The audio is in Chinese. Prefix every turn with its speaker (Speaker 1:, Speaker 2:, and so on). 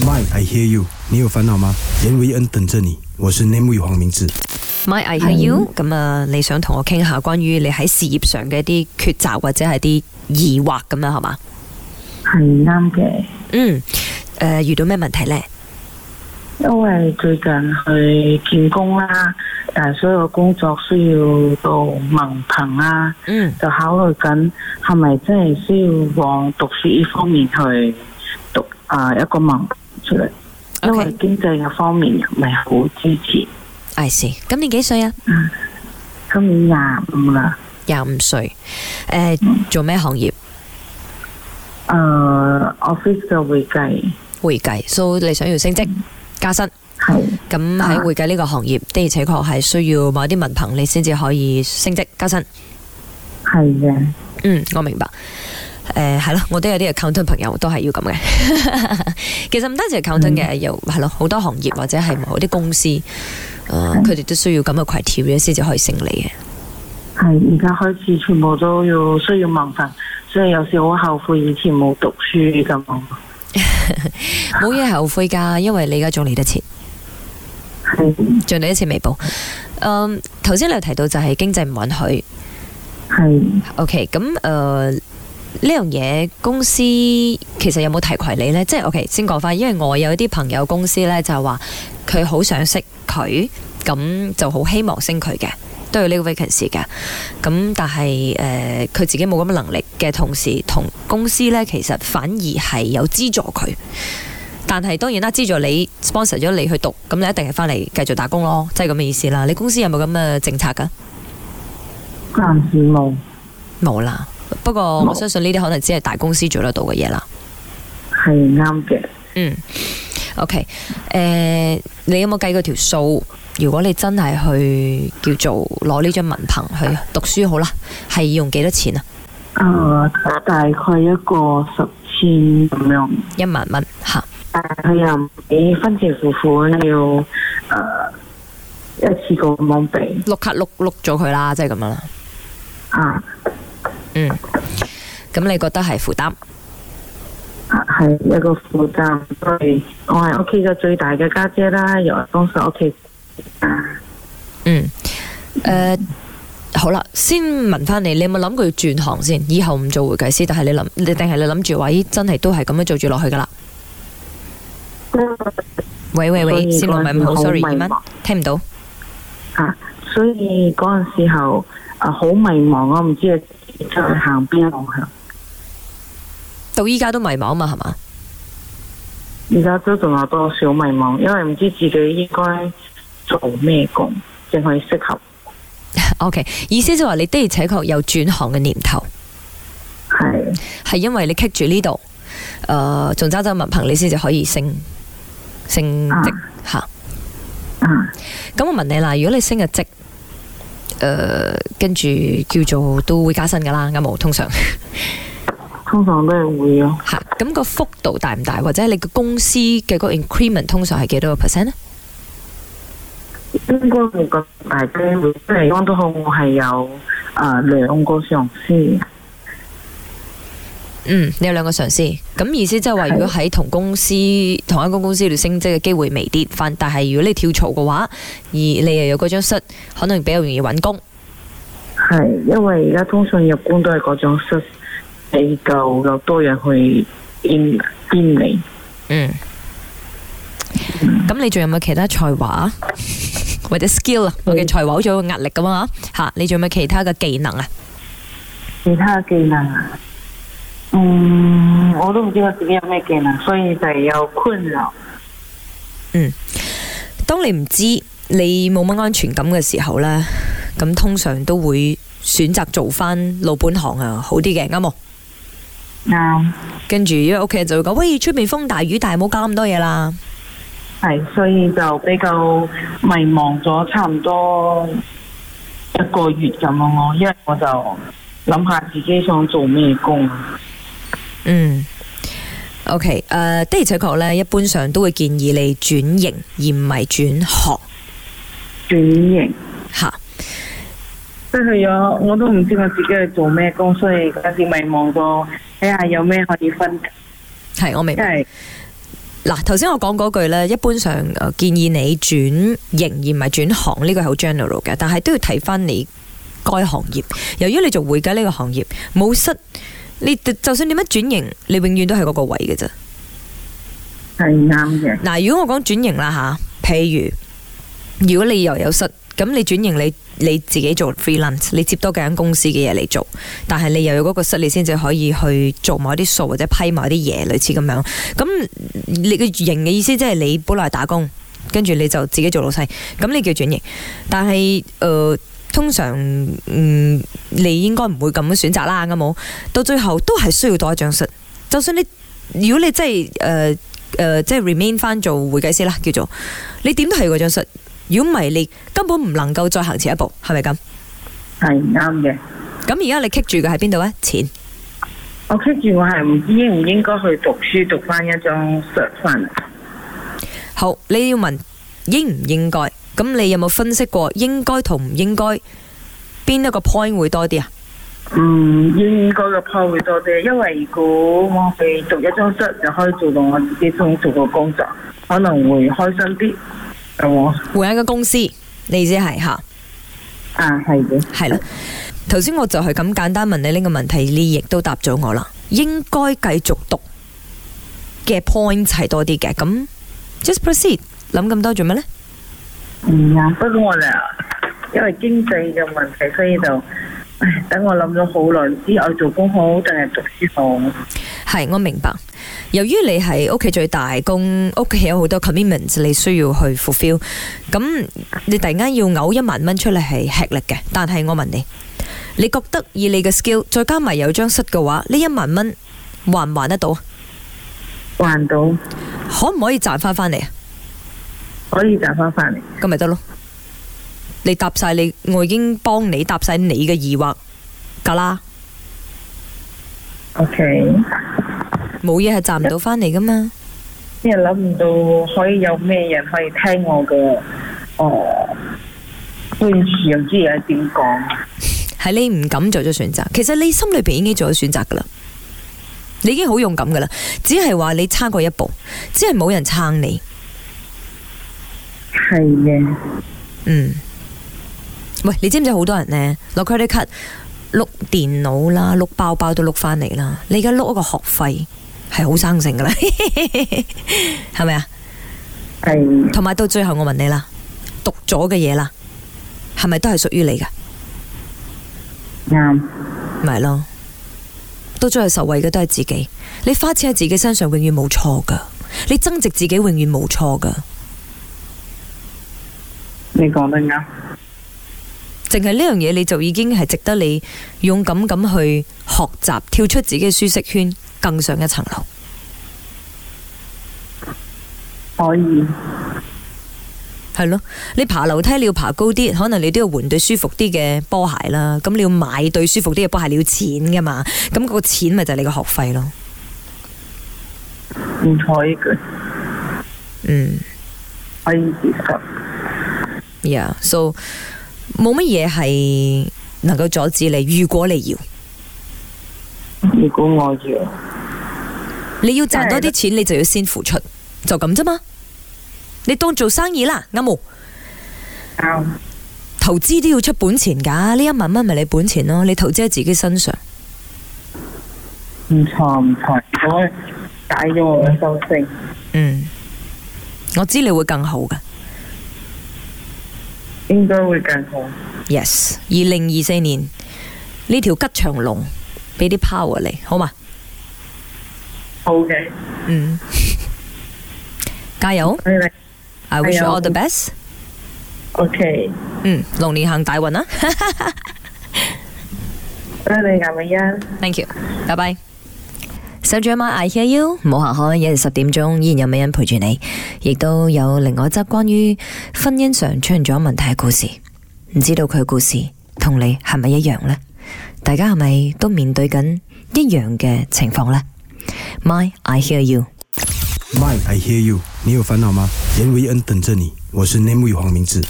Speaker 1: My I hear you，你有烦恼吗？严维恩等着你，我是内幕有黄明志。
Speaker 2: My I hear you，咁啊，你想同我傾下關於你喺事業上嘅一啲抉擇或者係啲疑惑咁啊樣係嘛？
Speaker 3: 係啱嘅，
Speaker 2: 嗯，诶、遇到咩問題呢？
Speaker 3: 因為最近去見工啦，誒所有工作需要到文憑啦，
Speaker 2: 嗯
Speaker 3: 就考慮緊係咪真係需要往讀書呢方面去讀啊、一個文憑出嚟，因為
Speaker 2: OK
Speaker 3: 經濟嘅方面又唔係好支持。
Speaker 2: ，I see。咁你幾歲啊？
Speaker 3: 今年廿五啦，
Speaker 2: 廿五歲。诶、做咩行業？
Speaker 3: 誒、office 啊嘅會計
Speaker 2: 會計。所以你想要升職加薪？
Speaker 3: 係
Speaker 2: 咁喺會計呢個行業的而且確係需要某啲文憑，你先至可以升職加薪。
Speaker 3: 係嘅，
Speaker 2: 嗯，我明白。誒係啦，我都有啲 accountant 朋友都係要咁嘅。 其實唔單止 accountant 嘅，又係咯，好多行業或者係某啲公司，誒佢哋都需要咁嘅 criteria 先至可以勝利嘅。
Speaker 3: 係而家開始全部都要需要文憑，所以有時好後悔以前冇讀書咁。
Speaker 2: 冇嘢後悔㗎，因為你而家仲嚟得切，
Speaker 3: 係
Speaker 2: 仲嚟得切未報。誒頭先你有提到就係經濟唔允許
Speaker 3: 係。
Speaker 2: ，OK，咁誒。呃呢樣嘢公司其實有冇提攜你呢？即係 OK，先講翻，因為我有啲朋友公司呢，就係話佢好想識佢，咁就好希望升佢嘅，都有呢個 vacancy 嘅。咁但係誒，呃佢、自己冇咁嘅能力嘅同時，同公司呢，其實反而係有資助佢。但係當然啦，資助你 sponsor 咗你去讀，咁你一定係翻嚟繼續打工咯，即係咁嘅意思啦。你公司有冇咁嘅政策㗎？
Speaker 3: 暫時冇，
Speaker 2: 冇啦。不過我
Speaker 3: 冇
Speaker 2: 相信呢啲可能只係大公司做得到嘅嘢啦。
Speaker 3: 係啱嘅。
Speaker 2: 嗯，OK，诶、你有冇計過條數？如果你真係去叫做攞呢張文憑去讀書好啦，係用幾多錢啊？
Speaker 3: 啊，大概一個十千咁樣，
Speaker 2: 一萬蚊吓，
Speaker 3: 但係佢又唔俾分期付款，要誒、呃一次過咁樣俾
Speaker 2: 碌卡碌碌咗佢啦，即係咁樣啦。
Speaker 3: 啊，
Speaker 2: 嗯，咁你覺得係負擔？
Speaker 3: 啊係一個負擔。所以我係屋企嘅最大嘅家姐啦，又係幫手屋企啊，
Speaker 2: 嗯，诶、好啦，先問翻你，你有冇諗過要轉行先？以後唔做會計師，但係你諗，你定係你諗住話，咦，真係都係咁樣做住落去噶啦？喂喂
Speaker 3: 所
Speaker 2: 喂，
Speaker 3: 以
Speaker 2: 先唔係
Speaker 3: 嗰陣時
Speaker 2: 唔好
Speaker 3: 好
Speaker 2: ，sorry，
Speaker 3: 迷
Speaker 2: 二蚊
Speaker 3: 茫
Speaker 2: 聽唔到。
Speaker 3: 啊，所以嗰陣時候啊好迷茫，我唔知道自己出去行邊一個方向。
Speaker 2: 到依家都迷茫啊嘛，係嘛？
Speaker 3: 而家都仲有多少迷茫，因為唔知自己應該做咩工，正係適合。
Speaker 2: O.K. 意思就話你的而且確有轉行嘅念頭，
Speaker 3: 係
Speaker 2: 係因為你棘住呢度，誒、仲揸走文憑，你先至可以升升職嚇。
Speaker 3: 啊，
Speaker 2: 咁、我問你啦，如果你升嘅職，誒、呃跟住叫做都會加薪噶啦，啱冇？通常
Speaker 3: 通常都係會咯，
Speaker 2: 嚇，咁、個幅度大唔大，或者你個公司嘅個 increment 通常係幾多個 percent 咧？
Speaker 3: 應該會咁大機會。即係安都好，我係有啊兩個上司，
Speaker 2: 嗯，你有兩個上司，咁意思即係話，
Speaker 3: 係
Speaker 2: 如果喺同公司同一間公司度升職嘅機會微啲，反但係如果你跳槽嘅話，而你又有嗰張室，可能比較容易揾工。
Speaker 3: 係因為而家通常入工都係嗰種室比較有多人去見見你。
Speaker 2: 嗯，咁你仲有冇其他才華 或者 skill 啊？我嘅才華好似有壓力咁啊吓，嚇你仲有冇其他嘅技能啊？
Speaker 3: 其他技能啊，嗯，我都唔知我自己有咩技能，所以就係有困擾。
Speaker 2: 當你唔知你冇乜安全感嘅時候呢，咁通常都會選擇做翻老本行啊，好啲嘅啱冇？
Speaker 3: 啱，
Speaker 2: 跟住因為屋企人就會講：喂，出面風大雨大，唔好搞咁多嘢啦。
Speaker 3: 係，所以就比較迷茫咗，差唔多一個月咁咯。我因為我就諗下自己想做咩工。
Speaker 2: 嗯，OK，誒、的呃而且確咧，一般上都會建議你轉型而唔係轉行
Speaker 3: 轉型，
Speaker 2: 嚇。
Speaker 3: 即係咗我都唔知我自己係做咩工，所哎以嗰陣時迷茫咗，睇下有咩可以分，
Speaker 2: 係，我明
Speaker 3: 因
Speaker 2: 白。
Speaker 3: 為
Speaker 2: 嗱，頭先我講嗰句咧，一般上呃建議你轉型而唔係轉行，呢個係好 general 嘅，但係都要睇翻你該行業。由於你做會計呢個行業冇失，你就算點樣轉型，你永遠都係嗰個位嘅啫。
Speaker 3: 係啱嘅，
Speaker 2: 嗱，如果我講轉型啦吓，譬如如果你又有失，咁你轉型你你自己做 freelance，你接多間公司嘅嘢嚟做，但係你又有嗰個失，你先至可以去做某啲數或者批某啲嘢，類似咁樣。咁你嘅型嘅意思即係你本來打工，跟住你就自己做老細，咁你叫轉型。但係誒、呃通常嗯，你應該唔會咁樣選擇啦，啱冇？到最後都係需要多一張信。就算你如果你真係誒。呃誒、呃即係 remain 翻做會計師啦，叫做你點都係嗰張術。如果唔係，你根本唔能夠再行前一步，係咪咁？
Speaker 3: 係啱嘅。
Speaker 2: 咁而家你棘住嘅喺邊度啊？錢
Speaker 3: 我棘住我係唔知應唔應該去讀書讀翻一張 cert 啊翻嚟。
Speaker 2: 好，你要問應唔應該？咁你有冇分析過應該同唔應該邊一個 point 會多啲啊？
Speaker 3: 嗯，應該嘅 point 會多啲，因為如果我去讀一張 cert 就可以做到我自己想做嘅工作，可能會開心啲。係喎，
Speaker 2: 換一間公司，你意思係嚇？
Speaker 3: 啊係嘅，
Speaker 2: 係啦。頭先我就係咁簡單問你呢個問題，你亦都答咗我啦。應該繼續讀嘅 point 係多啲嘅，咁 just proceed 諗咁多做咩呢？
Speaker 3: 嗯啊。不過我就因為經濟嘅問題，所以就唉等我諗咗好耐，唔知我做工好定係讀書好。
Speaker 2: 係，我明白。由於你係屋企最大公，屋企有好多 commitments，你需要去 fulfill。咁你突然間要嘔一萬蚊出嚟係吃力嘅。但係我問你，你覺得以你嘅 skill，再加埋有張室嘅話，呢一萬蚊還唔還得到啊？
Speaker 3: 還到
Speaker 2: 可唔可以賺翻翻嚟啊？
Speaker 3: 可以賺翻翻嚟，
Speaker 2: 咁咪得咯。你答晒你，我已經幫你答晒你嘅疑惑㗎啦。
Speaker 3: OK，
Speaker 2: 冇嘢係賺唔到翻嚟噶嘛。
Speaker 3: 因為諗唔到可以有咩人可以聽我嘅，哦，對唔住又唔知而家點講。
Speaker 2: 係你唔敢做咗選擇。其實你心裏邊已經做咗選擇噶啦，你已經好勇敢噶啦，只係話你差過一步，只係冇人撐你。
Speaker 3: 係嘅，
Speaker 2: 嗯，喂，你知唔知好多人呢？攞 credit card 碌電腦啦，碌包包都碌翻嚟啦。你而家碌一個學費係好生性噶啦， 係咪啊？
Speaker 3: 係
Speaker 2: 同埋到最後我問你啦，讀咗嘅嘢啦，係咪都係屬於你噶？
Speaker 3: 啱，
Speaker 2: 咪係咯，到最後受惠嘅都係自己。你花錢喺自己身上，永遠冇錯噶。你增值自己，永遠冇錯噶。
Speaker 3: 你講得啱，
Speaker 2: 淨係呢樣嘢，你就已經係值得你勇敢咁去學習，跳出自己嘅舒適圈，更上一層樓。
Speaker 3: 可以
Speaker 2: 係咯，你爬樓梯你要爬高啲，可能你都要換對舒服啲嘅波鞋啦。咁你要買對舒服啲嘅波鞋，你要錢噶嘛。咁、個錢咪就係你個學費咯。
Speaker 3: 唔可以嘅，
Speaker 2: 嗯。
Speaker 3: 可以接受，
Speaker 2: Yeah，so 冇乜嘢係能夠阻止你。如果你要，
Speaker 3: 如果我要，
Speaker 2: 你要賺多啲錢，你就要先付出，就咁啫嘛。你當做生意啦，啱冇？
Speaker 3: 啱，
Speaker 2: 投資都要出本錢㗎，呢一萬蚊咪你本錢咯，你投資喺自己身上。
Speaker 3: 唔錯唔錯，我解咗我嘅心聲，
Speaker 2: 嗯，我知你會更好㗎。
Speaker 3: 應該會更好，
Speaker 2: Yes，二零二四年呢條吉長龍，俾啲 power 你，好嘛？
Speaker 3: 好嘅，
Speaker 2: 嗯，加油
Speaker 3: 你嚟
Speaker 2: ！I wish you all the
Speaker 3: 加
Speaker 2: best。
Speaker 3: ，OK，
Speaker 2: 嗯，龍年行大運啊
Speaker 3: 多謝你，顏美欣。
Speaker 2: ！Thank you，拜拜。手掌媽 I hear you，唔好行開，夜十點鐘依然有美人陪住你，亦都有另外一則關於婚姻上出現咗問題嘅故事，唔知道佢嘅故事同你係咪一樣呢？大家係咪都面對緊一樣嘅情況呢 My I hear you。
Speaker 1: My I hear you，你有烦恼吗？严维恩等着你，我是内幕与黄明志。